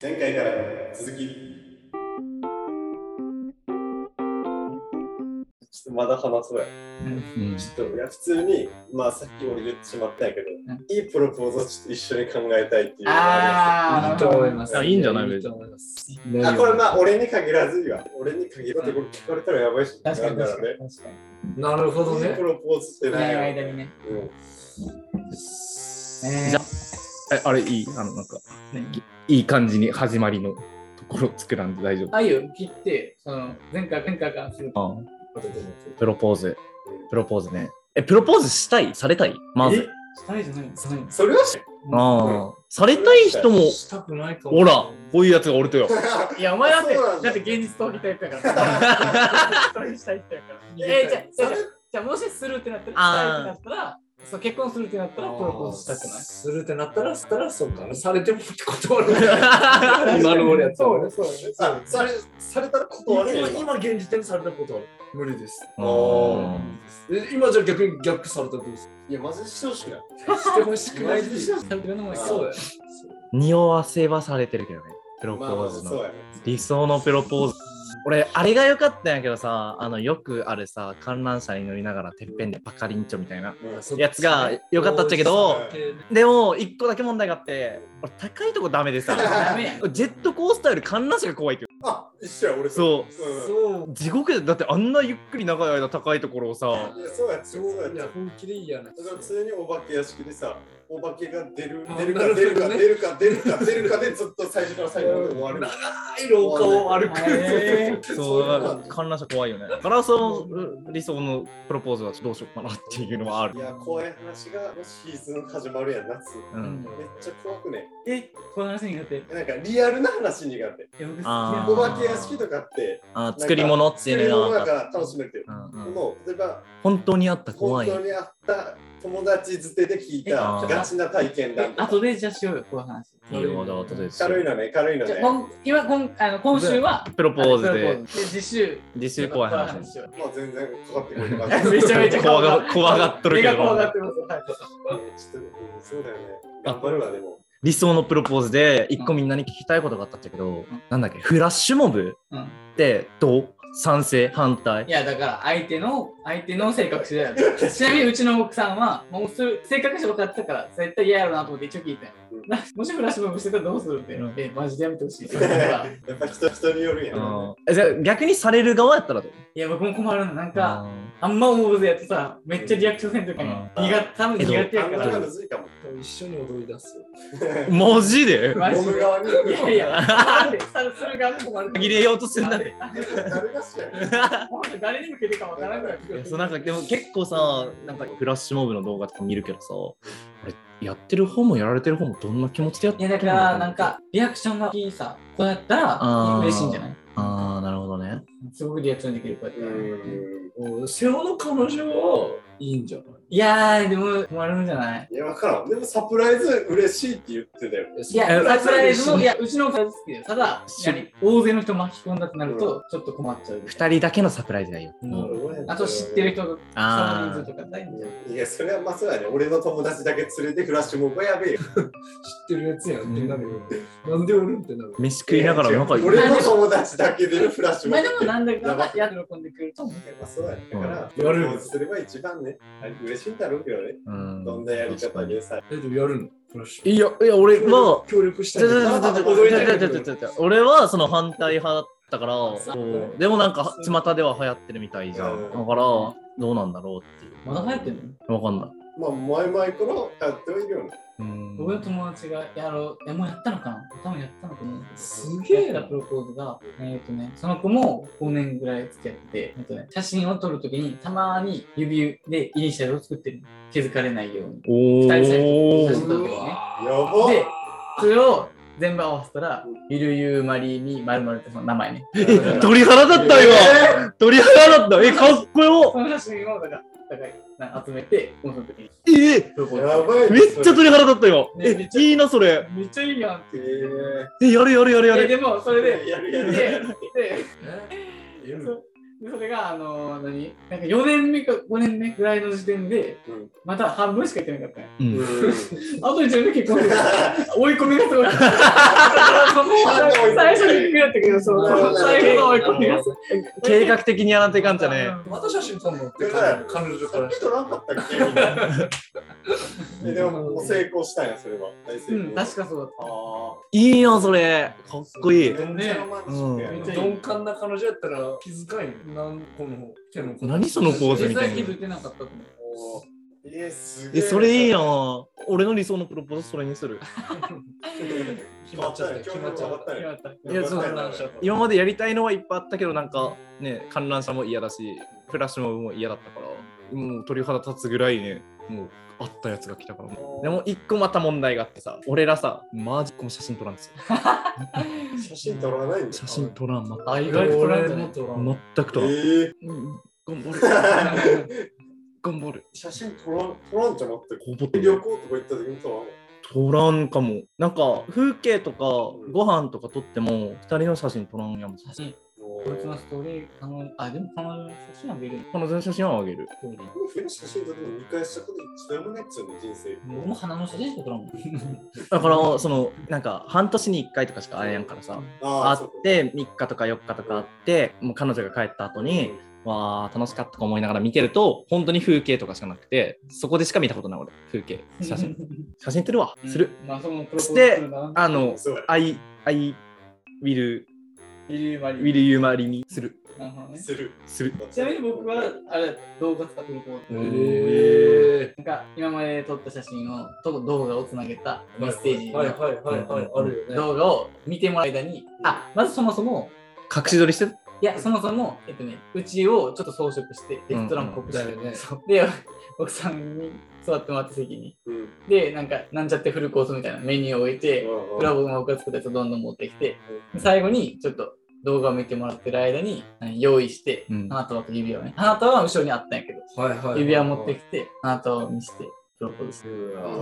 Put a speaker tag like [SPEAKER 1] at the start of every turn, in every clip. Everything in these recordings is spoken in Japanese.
[SPEAKER 1] 前回からの続き。ちょっとまだ話そうや。
[SPEAKER 2] うん
[SPEAKER 1] ちょっと、いや、普通に、まあ、さっきも言ってしまったんやけど、いいプロポーズをちょっと一緒に考えたいっていう。
[SPEAKER 3] あー
[SPEAKER 2] いいと思います。
[SPEAKER 3] あいいんじゃない
[SPEAKER 2] いと思います。
[SPEAKER 1] あこれまあ俺に限らずいいわ。俺に限らずこれ聞かれたらやばいし。
[SPEAKER 3] 確かに
[SPEAKER 1] なん
[SPEAKER 3] 確か
[SPEAKER 1] だろ
[SPEAKER 3] に
[SPEAKER 1] うね。
[SPEAKER 3] 確かに。
[SPEAKER 2] なるほどね
[SPEAKER 1] プ。ロポーズって
[SPEAKER 3] 出
[SPEAKER 1] なん
[SPEAKER 3] 会いの
[SPEAKER 1] や
[SPEAKER 3] 間にね。
[SPEAKER 1] ろうん
[SPEAKER 3] えー
[SPEAKER 4] じゃえあれいいあのなんか、ね、いい感じに始まりのところを作らんで大丈夫
[SPEAKER 3] あゆ切って、その前回前回からすると。
[SPEAKER 4] あプロポーズプロポーズねえプロポーズしたいされたいまず
[SPEAKER 3] したいじゃないですね。
[SPEAKER 1] それはし
[SPEAKER 4] ああされたい人も
[SPEAKER 3] したくないかも。
[SPEAKER 4] ほらこういうやつがおる とよ
[SPEAKER 3] いや、お前だって、
[SPEAKER 1] そうな
[SPEAKER 3] だ
[SPEAKER 1] んだ
[SPEAKER 3] って現実逃避タイプやから。現実逃避したい人やから。えー、じゃあじゃあ、じゃあじゃあもしするってなったら、したいってなったら、そう結婚するってなったら、プロポーズしたくない。
[SPEAKER 2] するってなったら、したらそうかな。されてもって断る。今の俺やったら
[SPEAKER 3] そう
[SPEAKER 2] ね
[SPEAKER 3] ね、そうね。
[SPEAKER 1] あされされたら断れ
[SPEAKER 2] 今
[SPEAKER 1] る。
[SPEAKER 2] 今現時点でされたことは無理です。
[SPEAKER 1] おー
[SPEAKER 2] え今じゃ逆に逆されたらどうす
[SPEAKER 1] いやマジでしてほしくない。
[SPEAKER 2] るしてほしくない
[SPEAKER 1] マジで
[SPEAKER 3] 食べるのもいい
[SPEAKER 2] そうだよ。
[SPEAKER 4] 匂わせはされてるけどねプロポ
[SPEAKER 1] まあま
[SPEAKER 4] ー
[SPEAKER 1] あ
[SPEAKER 4] ズの、
[SPEAKER 1] そうやね。
[SPEAKER 4] 理想のプロポーズ俺あれが良かったんやけどさあのよくあるさ観覧車に乗りながらてっぺんでパカリンチョみたいな
[SPEAKER 1] うん
[SPEAKER 4] やつが良かったっちゃけどでも一個だけ問題があって俺高いとこダメでさ
[SPEAKER 3] ダメやん。
[SPEAKER 4] ジェットコースターより観覧車が怖いけど
[SPEAKER 1] あ一緒や俺う。
[SPEAKER 4] そ
[SPEAKER 2] そう
[SPEAKER 4] 地獄でだってあんなゆっくり長い間高いところをさ
[SPEAKER 1] いやそうやって
[SPEAKER 2] そ
[SPEAKER 1] そうやっ
[SPEAKER 2] う
[SPEAKER 1] て
[SPEAKER 2] いや
[SPEAKER 1] だか
[SPEAKER 2] 本気でいいやな。
[SPEAKER 1] ら普通にお化け屋敷でさお化けが出る
[SPEAKER 2] あ
[SPEAKER 1] 出る
[SPEAKER 2] な
[SPEAKER 1] か
[SPEAKER 2] るほ
[SPEAKER 1] 出る
[SPEAKER 2] ど
[SPEAKER 1] か
[SPEAKER 2] ね
[SPEAKER 1] 出るか出るか出るかでずっと最初から最後まで終わる。
[SPEAKER 2] 長い廊下を歩く。
[SPEAKER 3] え
[SPEAKER 4] そうだから
[SPEAKER 1] そう
[SPEAKER 4] 観覧車怖いよねだからその理想のプロポーズはどうしようかなっていうのはあ
[SPEAKER 1] い
[SPEAKER 4] る、
[SPEAKER 1] や怖い話がもしシーズン始まるやん夏。
[SPEAKER 4] う
[SPEAKER 3] ー
[SPEAKER 4] ん、
[SPEAKER 1] めっちゃ怖くね。
[SPEAKER 3] え、この話苦手。いや
[SPEAKER 1] なんかリアルな話苦手。
[SPEAKER 3] 僕好き
[SPEAKER 4] あ
[SPEAKER 3] な
[SPEAKER 4] ー
[SPEAKER 1] お化け屋敷とかって、
[SPEAKER 4] あ作り物っていうの
[SPEAKER 1] のだ
[SPEAKER 4] が
[SPEAKER 1] から楽しめるけど。
[SPEAKER 4] うん
[SPEAKER 1] で
[SPEAKER 4] うん
[SPEAKER 1] も、例えば、
[SPEAKER 4] 本当にあった怖
[SPEAKER 1] 本
[SPEAKER 4] い
[SPEAKER 1] 当にあった友達づてで聞いた
[SPEAKER 4] え
[SPEAKER 1] ガチな体験談
[SPEAKER 3] あ
[SPEAKER 1] とか。
[SPEAKER 3] とでじゃあしようよ、この話。
[SPEAKER 4] なるほど後で
[SPEAKER 1] 軽いのね、軽いの
[SPEAKER 3] じゃ
[SPEAKER 1] ね
[SPEAKER 3] あ。今今今あの今週は
[SPEAKER 4] プロポーズ
[SPEAKER 3] あれ
[SPEAKER 4] で
[SPEAKER 3] プロポーズで次週
[SPEAKER 4] 実習怖い話
[SPEAKER 3] しよう
[SPEAKER 1] まあ全然かかってこいって感じ。
[SPEAKER 3] めちゃめちゃ
[SPEAKER 4] 怖が怖がっとるけど
[SPEAKER 3] 目が怖がってますはい
[SPEAKER 1] ちょっと、うんそうだよね。頑張るわ、でも。
[SPEAKER 4] 理想のプロポーズで一個みんなに聞きたいことがあったんだけど、なんだっけフラッシュモブ
[SPEAKER 3] うん
[SPEAKER 4] ってどう賛成反対
[SPEAKER 3] いやだから相手の相手の性格次第だと ちなみにうちの奥さんはもうする性格者分かったから絶対嫌やろうなと思って一応聞いたよ
[SPEAKER 1] うん
[SPEAKER 3] なもしフラッシュモブしてたらどうするって、
[SPEAKER 4] うん
[SPEAKER 3] えマジでやめてほしいだからい
[SPEAKER 1] やっぱ人人によるんやな。
[SPEAKER 4] うんえじゃあ逆にされる側やったらどう
[SPEAKER 3] や僕も困るのなん
[SPEAKER 4] あ
[SPEAKER 3] かあんま思うぜやってさめっちゃリアクションせんとかに
[SPEAKER 4] うん
[SPEAKER 3] 苦手多分苦手や
[SPEAKER 1] あん
[SPEAKER 3] か
[SPEAKER 1] な
[SPEAKER 3] ら
[SPEAKER 1] がむずいかも。
[SPEAKER 2] 一緒に踊り出すよ。
[SPEAKER 4] ーマジで
[SPEAKER 3] マジ
[SPEAKER 1] 飲む
[SPEAKER 3] で
[SPEAKER 1] 側に。
[SPEAKER 3] いやいや、なんで、それそれが困る。
[SPEAKER 4] 紛れようとするな
[SPEAKER 3] なんで
[SPEAKER 1] 誰がしやねん
[SPEAKER 3] ほんと誰に向けてかわからない。
[SPEAKER 4] いやそうなんかでも結構さなんかフラッシュモブの動画とか見るけどさあれやってる方もやられてる方もどんな気持ちでやっ
[SPEAKER 3] い
[SPEAKER 4] て
[SPEAKER 3] や
[SPEAKER 4] る
[SPEAKER 3] だからなんかリアクションがいいさこうやったら
[SPEAKER 4] あー
[SPEAKER 3] 嬉しいんじゃない
[SPEAKER 4] ああなるほどね
[SPEAKER 3] すごくリアクションできるこうやっ
[SPEAKER 1] う
[SPEAKER 3] たら
[SPEAKER 1] ん。
[SPEAKER 2] うん瀬尾の彼女はいいんじゃない
[SPEAKER 3] いやーでも困るんじゃない
[SPEAKER 1] いや、わからん。でもサプライズ嬉しいって言ってたよ。
[SPEAKER 3] いや
[SPEAKER 4] え
[SPEAKER 3] サプライズもいやうちの二つ好きだよただ
[SPEAKER 4] し
[SPEAKER 3] やはり大勢の人巻き込んだってなるとちょっと困っちゃう
[SPEAKER 4] 2人だけのサプライズがいいよ
[SPEAKER 3] うんあと知ってる人とその
[SPEAKER 4] あ
[SPEAKER 3] 人数とか大事じゃん
[SPEAKER 1] いや、それはまあそうやね。俺の友達だけ連れてフラッシュモブはやべえよ。
[SPEAKER 2] 知ってるやつやんってなるよ。なんでおるんってなる
[SPEAKER 4] あ。飯食いながらなんか
[SPEAKER 1] いや違う俺の友達だけでフラッシュモ
[SPEAKER 3] まあ
[SPEAKER 1] ブ。
[SPEAKER 3] でもなんだかん
[SPEAKER 1] やば
[SPEAKER 3] だやっ喜んでくれると思う
[SPEAKER 1] まあそうやね。だから、
[SPEAKER 2] うんやる
[SPEAKER 1] そうすれば一番ね、あれ嬉しいんだろうけどね。
[SPEAKER 4] うん
[SPEAKER 1] どんなやり方でさ。
[SPEAKER 2] え、でもやるのフラッシュ。
[SPEAKER 4] いやいや俺は
[SPEAKER 2] 協力し
[SPEAKER 4] ち
[SPEAKER 2] たい
[SPEAKER 4] ょ
[SPEAKER 2] んだ
[SPEAKER 4] ち
[SPEAKER 2] けど。
[SPEAKER 4] ょちょちょ
[SPEAKER 2] 踊りたいんだけ
[SPEAKER 4] ちょち
[SPEAKER 2] ど
[SPEAKER 4] ょちょちょちょ俺はその反対派だったからそうでもなんか巷では流行ってるみたいじゃんだからどうなんだろうっていう
[SPEAKER 3] まだ流行ってんの
[SPEAKER 4] わかんない
[SPEAKER 1] まあ、前々からやってはいるよね。
[SPEAKER 4] うん
[SPEAKER 3] 僕の友達がやろう、いやもうやったのかな多分やったのかな
[SPEAKER 2] すげえ
[SPEAKER 3] やっ
[SPEAKER 2] な
[SPEAKER 3] たプ。ロポーズが、えっ、とね、その子も5年ぐらい付き合ってて、えっとね、写真を撮るときにたまに指でイニシャルを作ってるの。気づかれないように。二
[SPEAKER 4] お
[SPEAKER 3] 人で写
[SPEAKER 4] ー
[SPEAKER 3] 真撮るときにね。
[SPEAKER 1] やば
[SPEAKER 3] で、それを全部合わせたら、ゆるゆまりみまるまるってその名前ね。
[SPEAKER 4] え鳥肌だった今
[SPEAKER 1] え
[SPEAKER 4] 鳥肌だったえかっこよ
[SPEAKER 3] その写真をだから、だからな集めて、その時に
[SPEAKER 4] ええ
[SPEAKER 3] プロポ
[SPEAKER 1] ー
[SPEAKER 3] ーズ。
[SPEAKER 1] やばいね。
[SPEAKER 4] めっちゃ鳥肌だったよ
[SPEAKER 3] ねめ
[SPEAKER 4] え
[SPEAKER 3] っちゃ
[SPEAKER 4] いいなそれ
[SPEAKER 3] めっちゃいいやん。
[SPEAKER 1] えー
[SPEAKER 4] えやるやるやるや
[SPEAKER 3] え
[SPEAKER 4] る
[SPEAKER 3] でも、それで、
[SPEAKER 1] やる
[SPEAKER 3] で
[SPEAKER 1] やるやる。
[SPEAKER 3] で、
[SPEAKER 2] えやる
[SPEAKER 3] そでそれが、あのー何なんか4年目か5年目ぐらいの時点で、
[SPEAKER 1] うん
[SPEAKER 3] また半分しか行ってなかったね。
[SPEAKER 4] う。
[SPEAKER 1] うんん。
[SPEAKER 3] あと1年目結婚してた追い込みがすごい。もう最初に行くやったけど、そう
[SPEAKER 2] なるほど
[SPEAKER 3] 最後の追い込みがすごい。
[SPEAKER 4] 計画的にやらんといかんじゃね。
[SPEAKER 2] また写真撮んのって
[SPEAKER 1] だから
[SPEAKER 2] 彼女か
[SPEAKER 1] さっ
[SPEAKER 2] ら
[SPEAKER 1] き
[SPEAKER 2] し
[SPEAKER 1] となかったっけみたいなえでももう成功したんや、それは。大成
[SPEAKER 3] う
[SPEAKER 1] 功。
[SPEAKER 3] ん、確かそうだっ
[SPEAKER 1] あ
[SPEAKER 4] いいよ、それ。かっこいい。
[SPEAKER 1] ーめっちゃロマンチックや
[SPEAKER 2] た
[SPEAKER 1] な
[SPEAKER 3] うん
[SPEAKER 2] 鈍感な彼女やったら気遣いのなんこの手の
[SPEAKER 4] 何そのポー
[SPEAKER 3] た。
[SPEAKER 4] ズ
[SPEAKER 3] 実
[SPEAKER 4] みた
[SPEAKER 3] 際
[SPEAKER 4] い
[SPEAKER 3] 気
[SPEAKER 4] な
[SPEAKER 3] づい。てなかったと思う。
[SPEAKER 1] おーえー、すげ
[SPEAKER 4] え、
[SPEAKER 1] え。
[SPEAKER 4] それいいやん。俺の理想のプロポーズそれにする。
[SPEAKER 2] 決まっちゃった
[SPEAKER 1] 決
[SPEAKER 2] 決
[SPEAKER 1] ま
[SPEAKER 2] ま
[SPEAKER 1] っ
[SPEAKER 2] っ
[SPEAKER 1] ち
[SPEAKER 2] ち
[SPEAKER 1] ゃ
[SPEAKER 2] ゃ
[SPEAKER 1] っ
[SPEAKER 2] ったた
[SPEAKER 1] ね。
[SPEAKER 4] いやそう
[SPEAKER 2] 観覧車と
[SPEAKER 4] 今までやりたいのはいっぱいあったけど、なんかね、観覧車も嫌だし、フラッシュモブも嫌だったから、もう鳥肌立つぐらいね、もうあったやつが来たから。でも一個また問題があってさ、俺らさ、マジ一個も写真撮らんですよ。
[SPEAKER 1] 写真撮らないんだ。
[SPEAKER 4] 写真撮らん、ま
[SPEAKER 3] あ、意
[SPEAKER 2] 意
[SPEAKER 3] 外
[SPEAKER 2] 外
[SPEAKER 3] と
[SPEAKER 2] と
[SPEAKER 3] 取
[SPEAKER 2] 取
[SPEAKER 3] ら
[SPEAKER 2] ら
[SPEAKER 3] れ
[SPEAKER 2] れ
[SPEAKER 3] て
[SPEAKER 2] て
[SPEAKER 3] も
[SPEAKER 2] も
[SPEAKER 3] っ
[SPEAKER 2] 取らん
[SPEAKER 4] 全く
[SPEAKER 1] え
[SPEAKER 4] 撮らん。
[SPEAKER 1] ー、
[SPEAKER 4] うん頑張る。頑張る。
[SPEAKER 1] 写真撮らん撮らんじゃなくて、
[SPEAKER 4] ほぼ撮ら
[SPEAKER 1] 旅行
[SPEAKER 4] ん
[SPEAKER 1] とか行った時に撮らんの
[SPEAKER 4] 撮らんかも。なんか、風景とかご飯とか撮っても、二人の写真撮らんやもん。
[SPEAKER 3] 写真、
[SPEAKER 1] お
[SPEAKER 3] こいつの
[SPEAKER 1] ー
[SPEAKER 3] ストーリー、あの、あ、でも彼女の写真は出るね。
[SPEAKER 4] 彼女の写真はあげる。
[SPEAKER 1] 夫婦の写真撮って見返したこと一度もないっつうの、人生。
[SPEAKER 3] 俺も花の写真しか撮らんもん。
[SPEAKER 4] だから、その、なんか、半年に1回とかしか会えやんからさ、会
[SPEAKER 1] あーそうか
[SPEAKER 4] って、3日とか4日とか会って、もう彼女が帰った後に、わー、楽しかったとか思いながら見てると、本当に風景とかしかなくて、そこでしか見たことない俺、風景、写真。写真撮るわ、する。。
[SPEAKER 3] まあ、そのプロポーズするな。
[SPEAKER 4] あ
[SPEAKER 1] う
[SPEAKER 4] の
[SPEAKER 1] ん、そうや
[SPEAKER 4] I, I will,
[SPEAKER 3] ビリーバリ
[SPEAKER 4] will you marry me? する、
[SPEAKER 3] なるほどね
[SPEAKER 1] する。
[SPEAKER 4] する。
[SPEAKER 3] ちなみに僕は、あれ、動画使ってみてもらった
[SPEAKER 2] え
[SPEAKER 3] なんか、今まで撮った写真を、と動画をつなげたメッセージ
[SPEAKER 2] はい
[SPEAKER 3] の
[SPEAKER 2] はいはいはいあるよね
[SPEAKER 3] 動画を見てもらう間に、あ、まずそもそも、
[SPEAKER 4] 隠し撮りしてる
[SPEAKER 3] いや、そもそも、えっとね、うちをちょっと装飾して、レストランっぽくして、
[SPEAKER 2] だよね
[SPEAKER 3] そうで、 奥さんに座ってもらって席に。
[SPEAKER 1] うん。うん
[SPEAKER 3] で、なんか、なんちゃってフルコースみたいなメニューを置いて、クラブの僕が作ったやつをどんどん持ってきて、で最後にちょっと動画を見てもらってる間に何用意して、
[SPEAKER 4] うん
[SPEAKER 3] 花束と指輪をね。花束は後ろにあったんやけど、
[SPEAKER 2] はいはい
[SPEAKER 3] 指輪持ってきて、花束を見せて、プロポーズして。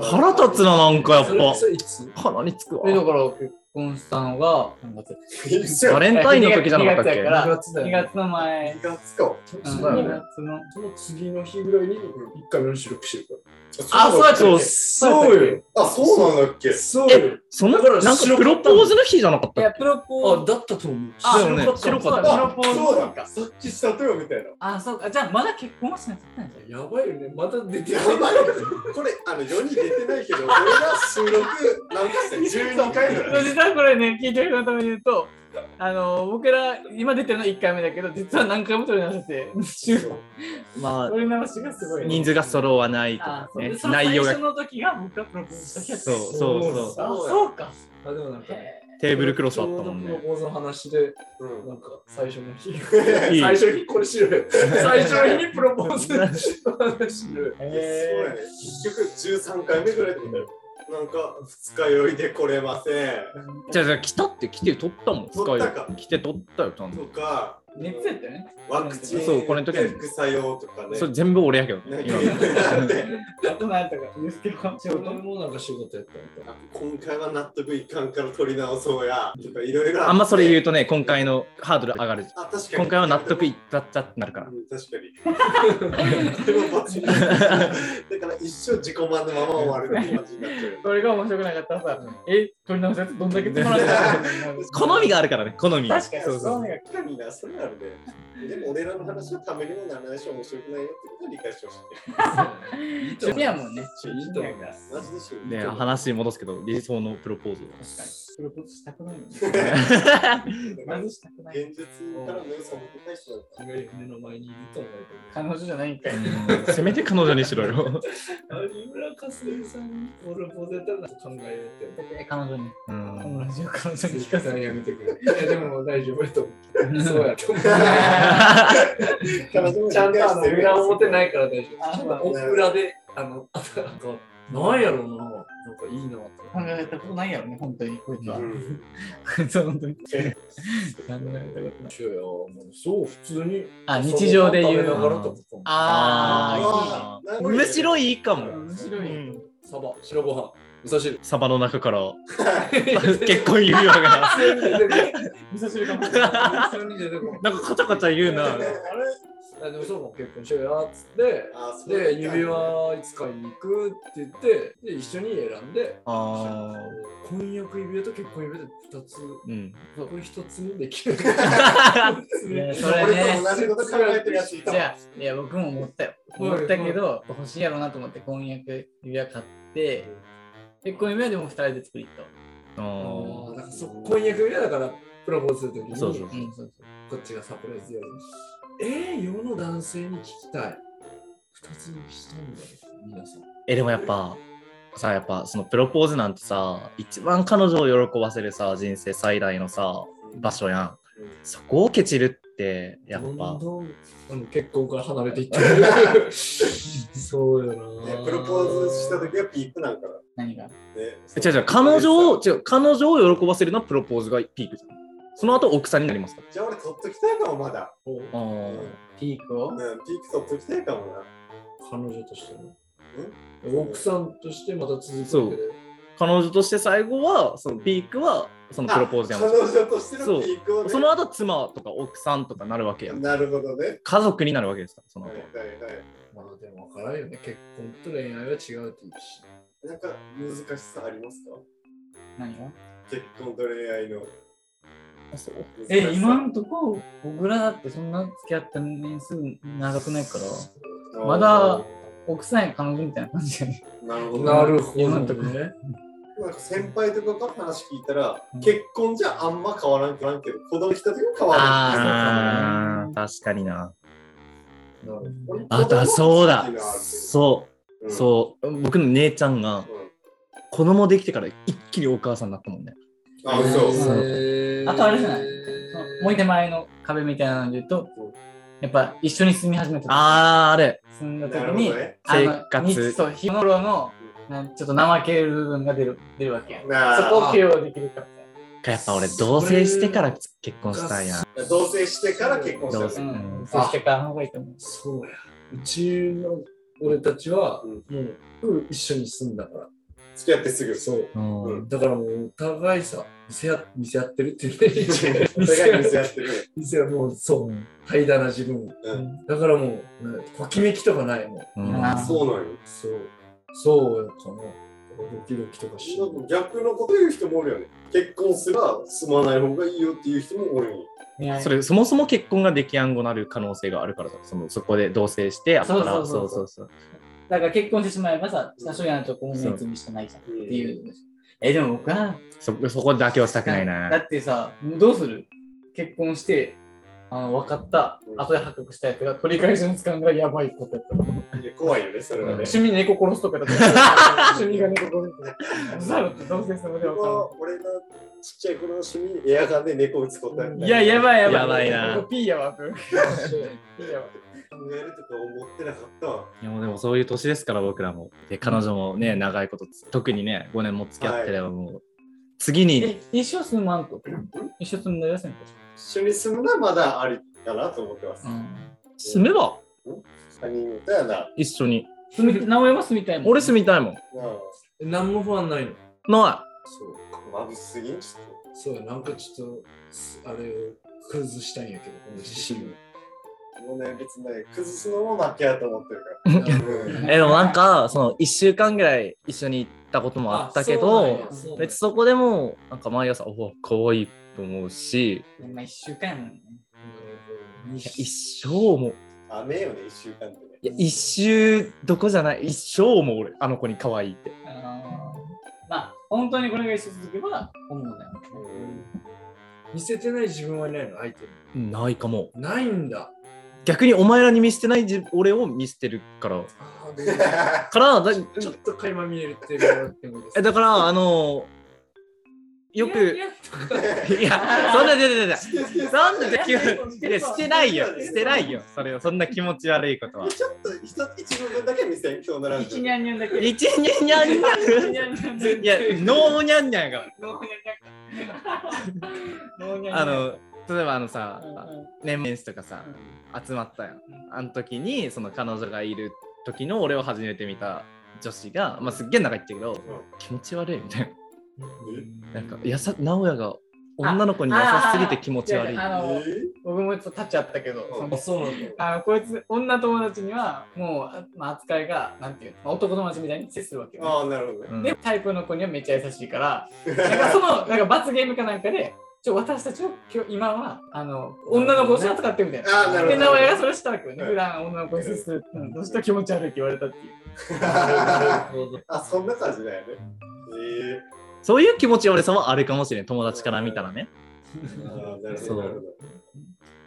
[SPEAKER 4] 腹立つな、なんかやっ
[SPEAKER 2] それ
[SPEAKER 4] ぱ
[SPEAKER 2] そ。れいつ
[SPEAKER 4] 鼻につくわ
[SPEAKER 3] で、。だから結婚したのが何月
[SPEAKER 1] 一緒や
[SPEAKER 4] バレンタインの時じゃなかったっけ
[SPEAKER 3] 2月やか
[SPEAKER 2] 二
[SPEAKER 3] ら
[SPEAKER 2] 月だよ
[SPEAKER 3] 2
[SPEAKER 2] ね
[SPEAKER 3] 月の前、
[SPEAKER 1] 二月か。
[SPEAKER 3] うん
[SPEAKER 2] そうだ
[SPEAKER 3] 2
[SPEAKER 2] よね
[SPEAKER 3] 月の。
[SPEAKER 2] その次の日ぐらいに一回目の収録してるか
[SPEAKER 3] あ、そうやった
[SPEAKER 4] そ
[SPEAKER 3] っけ
[SPEAKER 4] う
[SPEAKER 2] そうよ
[SPEAKER 1] あ、そうなんだっけ
[SPEAKER 2] らそうよ
[SPEAKER 4] その
[SPEAKER 2] だから
[SPEAKER 4] なんか
[SPEAKER 2] 白
[SPEAKER 4] プ
[SPEAKER 2] か
[SPEAKER 4] ロ
[SPEAKER 2] った
[SPEAKER 4] ポーズの日じゃなかっ
[SPEAKER 3] い
[SPEAKER 4] た
[SPEAKER 3] や、
[SPEAKER 4] っけ
[SPEAKER 3] プロポーズ。
[SPEAKER 2] だったと思う
[SPEAKER 3] あ
[SPEAKER 4] だよね白かった
[SPEAKER 3] そうだプロポーズ
[SPEAKER 1] そうださっきしたとよみたいな。
[SPEAKER 3] あ、そうか。じゃあ、まだ結婚はしなかったんじゃない
[SPEAKER 2] やばいよねまた出て
[SPEAKER 1] や
[SPEAKER 2] ない
[SPEAKER 1] ばいよ これ、あの、世に出てないけど、俺が収録、何回した ?12 回ぐらい。
[SPEAKER 3] 実はこれね、聞いてる人のために言うと、あの僕ら今出てるのは1回目だけど、実は何回も撮り直してて、
[SPEAKER 4] まあ
[SPEAKER 3] 撮り直しがすごい。
[SPEAKER 4] 人数が揃わないと
[SPEAKER 3] あ
[SPEAKER 4] か
[SPEAKER 3] ーそう
[SPEAKER 4] ね
[SPEAKER 3] でその
[SPEAKER 4] 内容
[SPEAKER 3] 最
[SPEAKER 4] が
[SPEAKER 3] 初の時が僕がプロポーズした日やった
[SPEAKER 4] そうそうそう
[SPEAKER 3] あ
[SPEAKER 1] そう
[SPEAKER 3] そうか。
[SPEAKER 2] あでもなんか
[SPEAKER 4] テーブルクロスあったもん
[SPEAKER 2] ちょうど
[SPEAKER 4] ね
[SPEAKER 2] プロポーズの話で
[SPEAKER 1] うん
[SPEAKER 2] なんか 最初の日
[SPEAKER 4] いい
[SPEAKER 2] 最初にこれしろよ最初の日にプロポーズの話しろ
[SPEAKER 1] い
[SPEAKER 2] よ
[SPEAKER 1] やそうやね結局13回目ぐらいだったよ。なんか二日酔いで来れません
[SPEAKER 4] じゃあじゃあ来たって来て取ったもん使
[SPEAKER 1] 撮
[SPEAKER 4] い
[SPEAKER 1] ったか
[SPEAKER 4] 来て取ったよちゃんと
[SPEAKER 1] とか、
[SPEAKER 3] 熱やったよね。
[SPEAKER 1] ワクチン
[SPEAKER 4] そうこれの時に
[SPEAKER 1] 副作用とかね。
[SPEAKER 4] それ全部俺やけど
[SPEAKER 1] なん
[SPEAKER 4] ね
[SPEAKER 1] かい
[SPEAKER 4] 今
[SPEAKER 1] ろいろあって
[SPEAKER 3] あと何やったか、ユースケは仕
[SPEAKER 2] 俺
[SPEAKER 3] 事。
[SPEAKER 2] もなんか仕事やったみ たいな
[SPEAKER 1] 今回は納得いかんから取り直そうやとかいろいろ
[SPEAKER 4] あんまそれ
[SPEAKER 1] う
[SPEAKER 4] 言うとね今回のハードル上がる
[SPEAKER 1] あ確かに
[SPEAKER 4] 今回は納得いったっちゃってなるから
[SPEAKER 1] うん確かに でもバチだから一生自己満のまま終わるって感じになっちゃう
[SPEAKER 3] それが面白くなかったらさ、え、撮り直したやつどんだけ撮られたの
[SPEAKER 4] 好みがあるからね好み
[SPEAKER 3] 確かに
[SPEAKER 4] そうそう
[SPEAKER 1] そういうのが来たんだそれなので、でも俺らの話はためにもならないし面白くないよってことは理解してほしい。
[SPEAKER 3] 趣味やもんね。
[SPEAKER 2] いいと思う
[SPEAKER 1] マジでしょ。
[SPEAKER 4] ね話戻すけど理想のプロポーズ
[SPEAKER 3] 確かに。プロポーズしたくないよね。
[SPEAKER 1] マ
[SPEAKER 3] ま
[SPEAKER 1] ジ
[SPEAKER 3] ず
[SPEAKER 1] で
[SPEAKER 3] したくない。
[SPEAKER 1] 現実からの良さを受けたい人だった。
[SPEAKER 2] 夢の前にいると思うけ
[SPEAKER 3] 彼女じゃないんかい。
[SPEAKER 4] うんせめて彼女にしろよ
[SPEAKER 2] ど有村架純さんにプロポーズやったら考えようって
[SPEAKER 3] 彼女に、
[SPEAKER 4] う
[SPEAKER 3] こ
[SPEAKER 4] ん
[SPEAKER 3] のラジオ彼女に
[SPEAKER 2] 鈴
[SPEAKER 3] 聞かせ
[SPEAKER 2] 木さ
[SPEAKER 3] なんい。
[SPEAKER 2] やめてくれいやでも大丈夫やと思うそうやと思う
[SPEAKER 1] 彼女も理
[SPEAKER 2] ちゃん
[SPEAKER 1] 解
[SPEAKER 2] とあ
[SPEAKER 1] し
[SPEAKER 2] の
[SPEAKER 1] てるや
[SPEAKER 2] 裏
[SPEAKER 1] つ
[SPEAKER 2] 表ないから大丈
[SPEAKER 3] あ
[SPEAKER 2] 夫。ちゃんと奥裏で、あの、なんか、なんやろうな、なんかいいなって。
[SPEAKER 3] 考えたことないやろね、本当に、こいつは
[SPEAKER 1] う。ん
[SPEAKER 3] こいつは本当に。考えたことない。
[SPEAKER 2] いやいや、もうそう、普通に。
[SPEAKER 3] あ、日常で言
[SPEAKER 2] 食べなが
[SPEAKER 3] う。
[SPEAKER 2] らとか
[SPEAKER 3] あ
[SPEAKER 1] ー
[SPEAKER 4] むしろいいか
[SPEAKER 3] あ、
[SPEAKER 4] も。
[SPEAKER 3] 面白い。
[SPEAKER 2] サバ、白ご飯。
[SPEAKER 4] 味噌汁サバの中から 結婚指輪が
[SPEAKER 3] 味噌汁かもしれない。味噌汁でも
[SPEAKER 4] なんかカチャカチャ言うな
[SPEAKER 2] あでもそうも結婚しようやっつって
[SPEAKER 1] あそう
[SPEAKER 2] で指輪いつ買いに行くって言ってで一緒に選んで
[SPEAKER 4] あ
[SPEAKER 2] 婚約指輪と結婚指輪で2つ
[SPEAKER 4] ーうん
[SPEAKER 2] これ1つもできる
[SPEAKER 3] ねそれ
[SPEAKER 1] 俺
[SPEAKER 3] ね
[SPEAKER 1] と。同じこと考えてるやついた
[SPEAKER 3] じ
[SPEAKER 1] もん
[SPEAKER 3] ゃあ、いや、僕も思ったよ。思ったけど、欲しいやろなと思って婚約指輪買って、結婚指輪でも二人で作りと。
[SPEAKER 4] あ
[SPEAKER 2] あ
[SPEAKER 4] ー
[SPEAKER 2] ーだからそ婚約指輪だからプロポーズするときに
[SPEAKER 4] そうそう
[SPEAKER 3] うん、そうそう。
[SPEAKER 2] こっちがサプライズやるえー、世の男性に聞きたい2つにしたんだよ皆さん
[SPEAKER 4] えでもやっぱさやっぱそのプロポーズなんてさ一番彼女を喜ばせるさ人生最大のさ場所やんそこをケチるってやっ
[SPEAKER 2] どん
[SPEAKER 4] ぱ
[SPEAKER 2] どんうん結婚から離れていっ てるそうよな、
[SPEAKER 1] ねプロポーズした時はピークなんかな
[SPEAKER 3] 何が
[SPEAKER 1] ね
[SPEAKER 4] 違う違う彼女を違う彼女を喜ばせるのはプロポーズがピークじゃんその後奥さんになりますか
[SPEAKER 1] じゃあ俺取っときたいかもまだ、
[SPEAKER 2] お
[SPEAKER 4] あー
[SPEAKER 3] ピークを
[SPEAKER 1] うん、ピーク取っときたいかもな
[SPEAKER 2] 彼女としての奥さんとしてまた続く
[SPEAKER 4] そう
[SPEAKER 2] わけで
[SPEAKER 4] 彼女として最後はそのピークはそのプロポーズや
[SPEAKER 1] あ
[SPEAKER 4] ん
[SPEAKER 1] 彼女としてのピークを、ね、
[SPEAKER 4] その後妻とか奥さんとかなるわけやん
[SPEAKER 1] なるほどね
[SPEAKER 4] 家族になるわけですからその
[SPEAKER 1] はい
[SPEAKER 4] 後
[SPEAKER 1] はいはい
[SPEAKER 2] まあでも分からんよね結婚と恋愛は違うって言うし
[SPEAKER 1] なんか難しさありますか
[SPEAKER 3] 何が
[SPEAKER 1] 結婚と恋愛の難しさ
[SPEAKER 3] え、今のとこ、僕らだってそんな付き合った年数長くないから、まだ奥さんや彼女みたいな感じだね。
[SPEAKER 1] なるほど
[SPEAKER 2] なるほ
[SPEAKER 3] 今
[SPEAKER 2] ど
[SPEAKER 3] のとこ
[SPEAKER 2] ね
[SPEAKER 1] なんか先輩とかから話聞いたら、
[SPEAKER 3] うん
[SPEAKER 1] 結婚じゃあんま変わらんけど子供来た時は変わらん
[SPEAKER 4] あー確かにな
[SPEAKER 2] なる
[SPEAKER 1] 俺
[SPEAKER 4] あだそうだ
[SPEAKER 1] 子供の時がある
[SPEAKER 4] そ
[SPEAKER 1] けど
[SPEAKER 4] うそう僕の姉ちゃんが
[SPEAKER 1] うん
[SPEAKER 4] 子供できてから一気にお母さんになったもんね
[SPEAKER 1] あそう、
[SPEAKER 4] そう
[SPEAKER 3] あとあれじゃないもう一手前の壁みたいなので言うと、やっぱ一緒に住み始めた時
[SPEAKER 4] あーあれ
[SPEAKER 3] 住んだ時
[SPEAKER 1] なるほ
[SPEAKER 3] に、
[SPEAKER 1] どね
[SPEAKER 3] あの
[SPEAKER 4] 生活
[SPEAKER 3] 日そう日頃のなんちょっと怠ける部分が出る出るわけや
[SPEAKER 1] なあ
[SPEAKER 3] そこを許容できるから
[SPEAKER 4] やっぱ俺同棲してから結婚したいな
[SPEAKER 1] 同棲してから結婚した
[SPEAKER 4] 同
[SPEAKER 1] んです
[SPEAKER 4] 棲
[SPEAKER 1] よ
[SPEAKER 3] うん
[SPEAKER 4] うん
[SPEAKER 3] そうしてからの方がいいと思う
[SPEAKER 2] そうやうちの俺たちは
[SPEAKER 1] うん
[SPEAKER 2] もう一緒に住んだから
[SPEAKER 1] 付き合ってすぐ
[SPEAKER 2] そう
[SPEAKER 4] うん
[SPEAKER 2] だからもうお互いさ見せ合見せ合ってるっ ていうね
[SPEAKER 1] お互いに付き合ってる
[SPEAKER 2] 見せ合もうそう平らな自分
[SPEAKER 1] うん
[SPEAKER 2] だからもう、ねときめきとかないもん
[SPEAKER 4] うん
[SPEAKER 3] あ
[SPEAKER 1] そうなのよ
[SPEAKER 2] そうそうやかなドキドキとかしな
[SPEAKER 1] なんか逆のこと言う人もおるよね結婚すら住まない方がいいよっていう人もおるよね
[SPEAKER 3] 恋愛
[SPEAKER 4] それそもそも結婚ができやんごなる可能性があるからだそのそこで同棲してあ
[SPEAKER 3] そう
[SPEAKER 4] ったら
[SPEAKER 3] そうそう
[SPEAKER 4] そう
[SPEAKER 3] だから結婚してしまえばさ下処理なんて婚別にしかないじゃんっていうえでも僕は
[SPEAKER 4] そうそそこで妥協したくないな
[SPEAKER 3] だってさどうする結婚してあの分かった
[SPEAKER 1] うん
[SPEAKER 3] 後で破局したやつが取り返しのつかんがやばいことやったら
[SPEAKER 1] いや怖いよねそれはね
[SPEAKER 3] 趣味猫殺すとかだった ら趣味が猫殺すとかどうせそれで分かんない
[SPEAKER 1] 僕は俺のちっちゃい頃の趣味エアガンで猫打つこと
[SPEAKER 3] いや、やばいやばい。
[SPEAKER 4] やばいな
[SPEAKER 3] ここピーやわ、ブー。ピーやわ。
[SPEAKER 1] 考えるとか思ってなかったわ
[SPEAKER 4] いやもうでもそういう年ですから僕らもで彼女もね長いことつ特にね5年も付き合ってればもう、次に
[SPEAKER 3] え、一緒住まんと。一緒住んだよ、先輩。
[SPEAKER 1] 一緒に住むのはまだありかなと思ってます
[SPEAKER 3] うん。
[SPEAKER 4] 住めば
[SPEAKER 1] 他人事やな
[SPEAKER 4] 一緒に
[SPEAKER 3] 住み、名古屋も住みたいもん。
[SPEAKER 4] 俺住みたいもん
[SPEAKER 1] う
[SPEAKER 2] 何も不安ないの
[SPEAKER 4] な
[SPEAKER 2] そうん
[SPEAKER 1] まぶしすぎんちょっと
[SPEAKER 2] そうやなんかちょっとすあれを崩したいんやけどこの自信を
[SPEAKER 1] もうね、別にね、崩すのも負けやと思ってるか
[SPEAKER 2] あ
[SPEAKER 1] ら。うん
[SPEAKER 4] い えでもなんかその1週間ぐらい一緒に行ったこと もあったけど
[SPEAKER 2] そうなんや
[SPEAKER 4] 別にそこでもなんか毎朝お可愛いと思うし
[SPEAKER 3] まあ、一週間やもんね。
[SPEAKER 4] いや一生もう
[SPEAKER 1] 雨よね、一週間でね。
[SPEAKER 4] いや一周どこじゃない一生もう俺あの子に可愛いって
[SPEAKER 3] あのーまあ、本当にこれが一緒続けば、本物だよ。
[SPEAKER 1] うん
[SPEAKER 2] 見せてない自分はいないの相手に
[SPEAKER 4] ないかも
[SPEAKER 2] ないんだ
[SPEAKER 4] 逆にお前らに見捨てない自俺を見捨てるから
[SPEAKER 2] あ ー
[SPEAKER 4] からだ
[SPEAKER 2] ちょっと垣間見えるっていうのがあってもいいです
[SPEAKER 4] えだからあのよく
[SPEAKER 3] いやい
[SPEAKER 4] いやそんなでででで
[SPEAKER 1] してるしてる
[SPEAKER 4] そんなで
[SPEAKER 3] や
[SPEAKER 4] きるいやしてないよしてないよそれをそんな気持ち悪いことは
[SPEAKER 1] ちょっと一つ一部分だけ見せん、今日のラン
[SPEAKER 3] 一
[SPEAKER 1] チ。
[SPEAKER 3] ニャンニャンだけ。
[SPEAKER 4] 一にゃにゃにゃんいやノーにゃんにゃんが
[SPEAKER 3] ノーニャンニャンか。ノーニャンニャン。
[SPEAKER 4] あの例えばあのさ
[SPEAKER 3] うんうん、
[SPEAKER 4] 年末とかさ集まったやんあの時にその彼女がいる時の俺を初めて見た女子が、まあ、すっげえ長いって言うけど、
[SPEAKER 1] う
[SPEAKER 4] 気持ち悪いみたい
[SPEAKER 1] ん
[SPEAKER 4] な。なんか、やさ、直哉が女の子に優しすぎて気持ち悪い。
[SPEAKER 3] あ
[SPEAKER 1] え
[SPEAKER 3] の
[SPEAKER 1] ー
[SPEAKER 3] 僕もちょっと立っちゃったけど、その
[SPEAKER 2] あ、そうなんだ。
[SPEAKER 3] あのこいつ女友達にはもうあ、まあ、扱いがなんていうの、まあ男友達みたいに接するわけよ、
[SPEAKER 1] ああ、なるほどね。
[SPEAKER 4] うん
[SPEAKER 3] でタイプの子にはめっちゃ優しい からなんかそのなんか罰ゲームかなんかでちょ私たちを今日今はあの女の子を扱ってみたいな。
[SPEAKER 1] ああ、なるほ
[SPEAKER 3] で
[SPEAKER 1] ど。
[SPEAKER 3] 名前がそれしたわけよね、
[SPEAKER 1] うん
[SPEAKER 3] 普段女の子に接する、うん、どうした気持ち悪いって言われたっていう。
[SPEAKER 1] あ、そんな感じだよね。え
[SPEAKER 4] そういう気持ち悪さはあるかもしれん、友達から見たらね。
[SPEAKER 1] えああ、なるほ
[SPEAKER 4] そう
[SPEAKER 1] ど。なるほど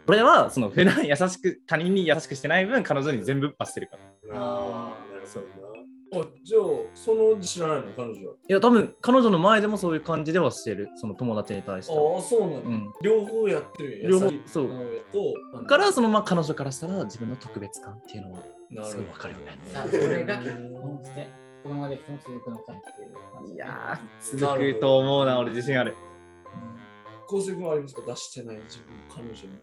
[SPEAKER 4] 俺は、その、普段優しく、他人に優しくしてない分、彼女に全部罰してるから。い
[SPEAKER 1] ああ、なるほどな。
[SPEAKER 2] あじゃあ、その知らないの、彼女は。
[SPEAKER 4] や、多分、彼女の前でもそういう感じではしてる、その友達に対しては。
[SPEAKER 2] ああ、そうなんだ。
[SPEAKER 4] うん。
[SPEAKER 2] 両方やってるんや
[SPEAKER 4] 両方
[SPEAKER 2] さっき
[SPEAKER 4] そう
[SPEAKER 2] の上とあの
[SPEAKER 4] から、その、まあ、彼女からしたら、自分の特別感っていうのは、
[SPEAKER 2] なる
[SPEAKER 4] す
[SPEAKER 2] ほ
[SPEAKER 4] ごい
[SPEAKER 2] ど
[SPEAKER 4] わかるよね。
[SPEAKER 3] さあ、これが結婚して、子供ができても続くのかっていう話。
[SPEAKER 4] いやー、
[SPEAKER 2] なるほど
[SPEAKER 4] 続くと思うな、俺自信ある。
[SPEAKER 2] 昴生君はありますか出してない自分彼女に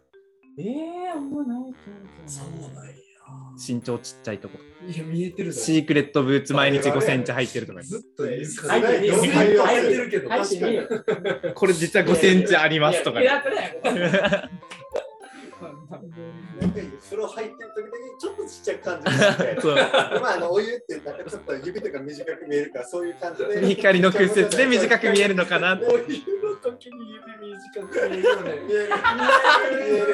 [SPEAKER 3] ええー、あんまないと思うけど。
[SPEAKER 2] ないや
[SPEAKER 4] 身長ちっちゃいとこ。
[SPEAKER 2] いや見えてるだ
[SPEAKER 4] シークレットブーツ毎日5センチ入ってるとか。
[SPEAKER 2] ずっと言う
[SPEAKER 1] 入ってる
[SPEAKER 2] ずっと入ってるけど
[SPEAKER 3] 入ってみよう
[SPEAKER 4] これ実は5センチありますとか
[SPEAKER 3] い
[SPEAKER 4] ね。
[SPEAKER 3] やペラペラやこれ
[SPEAKER 1] なんか風呂入ってる時だけちょっとちっちゃく感じがして。
[SPEAKER 4] そう
[SPEAKER 1] まあ、あのお湯ってなんかちょっと指とか短く見えるからそういう感じで
[SPEAKER 4] 光の屈折で短く見え
[SPEAKER 1] る
[SPEAKER 4] るのかなって
[SPEAKER 2] お湯の時に指短く見えるよね
[SPEAKER 1] 見える見え る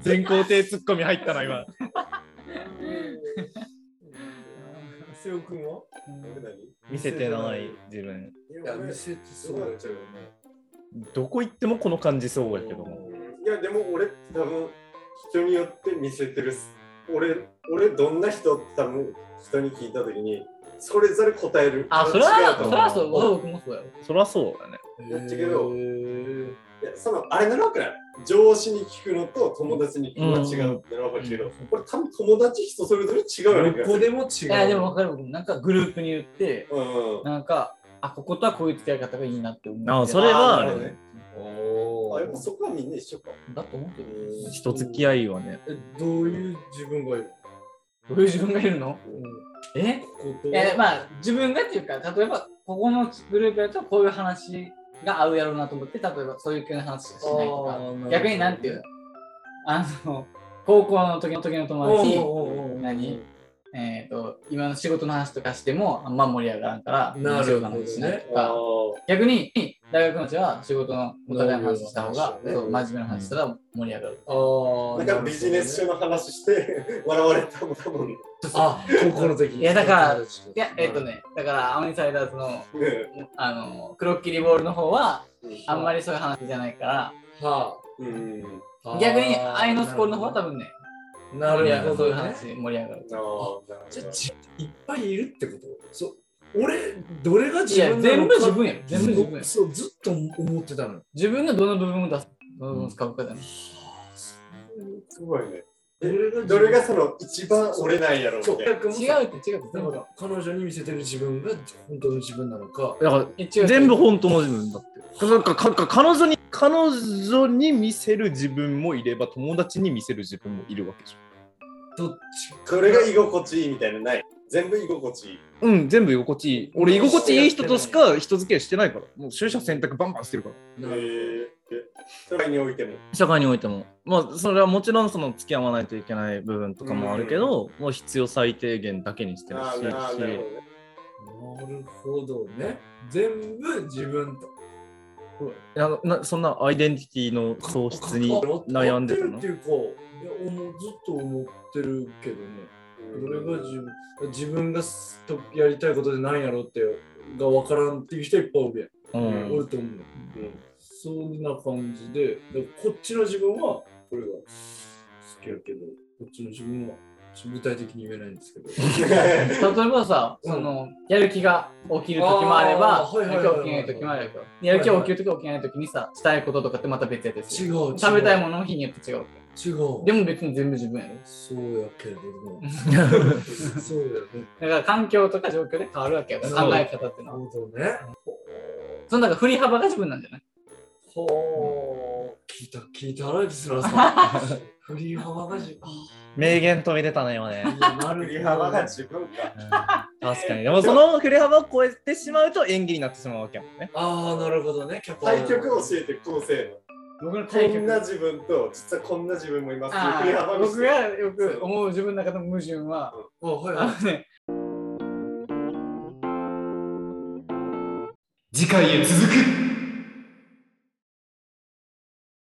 [SPEAKER 4] 全肯定ツッコミ入ったの今
[SPEAKER 2] 瀬尾君は
[SPEAKER 4] 見せてない自分
[SPEAKER 2] いや見せてそうだけどね
[SPEAKER 4] どこ行ってもこの感じそうやけども
[SPEAKER 1] いやでも俺多分人によって見せてるっす俺俺どんな人って多分人に聞いた時にそれぞれ答える
[SPEAKER 3] あ、それ
[SPEAKER 1] 違
[SPEAKER 3] は
[SPEAKER 1] う、と
[SPEAKER 3] そ
[SPEAKER 1] 思
[SPEAKER 3] れ
[SPEAKER 1] う
[SPEAKER 3] はそう、僕もそうやろ。
[SPEAKER 4] そりゃそうだね
[SPEAKER 1] やったけど
[SPEAKER 2] へ
[SPEAKER 1] い
[SPEAKER 2] ー
[SPEAKER 1] やそのあれなのくない上司に聞くのと友達に聞くのは違うってのは分かるけど、これ多分友達人それぞれ違うよね
[SPEAKER 2] どこでも違う
[SPEAKER 3] いや、でも分かる、僕もなんかグループに言って、
[SPEAKER 1] うん
[SPEAKER 3] なんか、あ、こことはこういう付き合い方がいいなって思う。
[SPEAKER 4] あそれは
[SPEAKER 1] あーなるほどね
[SPEAKER 2] お
[SPEAKER 1] あ
[SPEAKER 2] ー
[SPEAKER 1] やっぱそこはみんな一緒か
[SPEAKER 3] だと思うけど。
[SPEAKER 4] 人付き合いはね
[SPEAKER 2] えどういう自分がいる
[SPEAKER 3] どういう自分がいるのえ
[SPEAKER 2] ここ
[SPEAKER 3] いや、まあ、自分がっていうか、例えば、ここのグループやとこういう話が合うやろうなと思って、例えばそういう系の話しかしないとか。逆になんていうのあの高校の時の時の友達に何えー、と今の仕事の話とかしてもあんま盛り上がらんから
[SPEAKER 2] なるほどね
[SPEAKER 3] 仕事の話しないと
[SPEAKER 1] あ
[SPEAKER 3] か逆に大学のうちは仕事のお互いの話した方が、
[SPEAKER 1] なるほ
[SPEAKER 3] そ
[SPEAKER 1] ど
[SPEAKER 3] う真面目な話したら盛り上がる、
[SPEAKER 1] な
[SPEAKER 2] ああ
[SPEAKER 1] んかビジネス書の話して 笑われたもん多分ね
[SPEAKER 2] あ心的
[SPEAKER 3] いやだからいやえっ、とねだから青ニサイダーズのあの黒っきりボールの方はあんまりそういう話じゃないか
[SPEAKER 2] は
[SPEAKER 1] うん
[SPEAKER 2] あ
[SPEAKER 3] ら
[SPEAKER 2] はあ
[SPEAKER 3] 逆にアイノスコールの方は多分ね
[SPEAKER 2] な
[SPEAKER 3] 盛り
[SPEAKER 2] る
[SPEAKER 3] 上が
[SPEAKER 2] ほ
[SPEAKER 3] るそういう
[SPEAKER 2] どね
[SPEAKER 3] 話盛り上がる
[SPEAKER 1] あーなるほど
[SPEAKER 2] じゃあちいっぱいいるってことそう俺どれが
[SPEAKER 3] い
[SPEAKER 2] 自
[SPEAKER 3] や
[SPEAKER 2] 分な
[SPEAKER 3] 全
[SPEAKER 2] の
[SPEAKER 3] 部
[SPEAKER 2] か
[SPEAKER 3] 自分やん全部自分やん
[SPEAKER 2] そうずっと思ってたのよ
[SPEAKER 3] 自分のどの部分を出すどの部分を使うかじゃない
[SPEAKER 1] すごいね
[SPEAKER 2] どれが
[SPEAKER 1] どれがその一番折れないやろみた
[SPEAKER 2] そう
[SPEAKER 1] いな
[SPEAKER 3] 違
[SPEAKER 2] う
[SPEAKER 3] うって違うって
[SPEAKER 2] だ
[SPEAKER 3] 全
[SPEAKER 2] か
[SPEAKER 3] 部
[SPEAKER 2] ら彼女に見せてる自分が本当の自分なのか
[SPEAKER 4] だか
[SPEAKER 3] え違う違
[SPEAKER 4] ら
[SPEAKER 3] う
[SPEAKER 4] 全部本当の自分だってなんかかか彼女に彼女に見せる自分もいれば友達に見せる自分もいるわけじ
[SPEAKER 2] どっちか
[SPEAKER 1] それが居心地いいみたいなのない全部居心地いい
[SPEAKER 4] ゃんうん全部居心地いい俺居心地いい人としか人付き合いしてないからもう取捨選択バンバンしてるから
[SPEAKER 1] へ
[SPEAKER 2] なる
[SPEAKER 1] ーそれにおいても
[SPEAKER 4] 社会においても、まあ、それはもちろんその付き合わないといけない部分とかもあるけど、もう必要最低限だけにしてる
[SPEAKER 1] あーなーなる
[SPEAKER 4] し、
[SPEAKER 2] なるほどね全部自分と
[SPEAKER 4] いやなそんなアイデンティティの喪失に悩んでた
[SPEAKER 2] 合
[SPEAKER 4] の
[SPEAKER 2] ってるっていうかいや思うずっと思ってるけどねどれ
[SPEAKER 1] ほどね
[SPEAKER 2] が自分自分がすとやりたいことで何やろうってが分からんっていう人いっぱいおるやん、
[SPEAKER 4] う
[SPEAKER 2] お
[SPEAKER 4] ん
[SPEAKER 2] ると思うよそんな感じでだからこっちの自分はこれが好きやけどこっちの自分はちょっと具体的に言えないんですけど
[SPEAKER 3] 例えばさ、
[SPEAKER 2] うん
[SPEAKER 3] そのやる気が起きる時もあれば
[SPEAKER 2] あーはいは
[SPEAKER 3] や
[SPEAKER 2] い
[SPEAKER 3] る
[SPEAKER 2] は
[SPEAKER 3] 気が
[SPEAKER 2] いはい
[SPEAKER 3] 起きない時もあるけどやる気が起きる時は起きない時にさしたいこととかってまた別やです
[SPEAKER 2] 違う違う
[SPEAKER 3] 食べたいものの日によって違う
[SPEAKER 2] 違う
[SPEAKER 3] でも別に全部自分やろ
[SPEAKER 2] そうやけれどもそうやね
[SPEAKER 3] だから環境とか状況で変わるわけやから
[SPEAKER 2] そう
[SPEAKER 3] 考え方っていう
[SPEAKER 2] な
[SPEAKER 3] のは
[SPEAKER 2] るほどね
[SPEAKER 3] そのだから振り幅が自分なんじゃない
[SPEAKER 2] ほう聞いた聞いたらリスナーさん振り幅が自分
[SPEAKER 4] 名言飛び出たね今ね、
[SPEAKER 2] いやなるほどね
[SPEAKER 1] 振り幅が自分か
[SPEAKER 4] 確かに。でもその振れ幅を越えてしまうと演技になってしまうわけやもんね。
[SPEAKER 2] ああ、なるほどね。キャパ
[SPEAKER 1] 対局教えて後世の
[SPEAKER 3] 僕の対
[SPEAKER 1] こんな
[SPEAKER 3] 局
[SPEAKER 1] 自分と実はこんな自分もいます
[SPEAKER 3] あ
[SPEAKER 1] 振り幅
[SPEAKER 3] ー
[SPEAKER 1] 見せ
[SPEAKER 3] 僕
[SPEAKER 1] て
[SPEAKER 3] がよく思う自分の中の矛盾は、
[SPEAKER 2] あはいはい
[SPEAKER 3] あのね、
[SPEAKER 4] 次回へ続く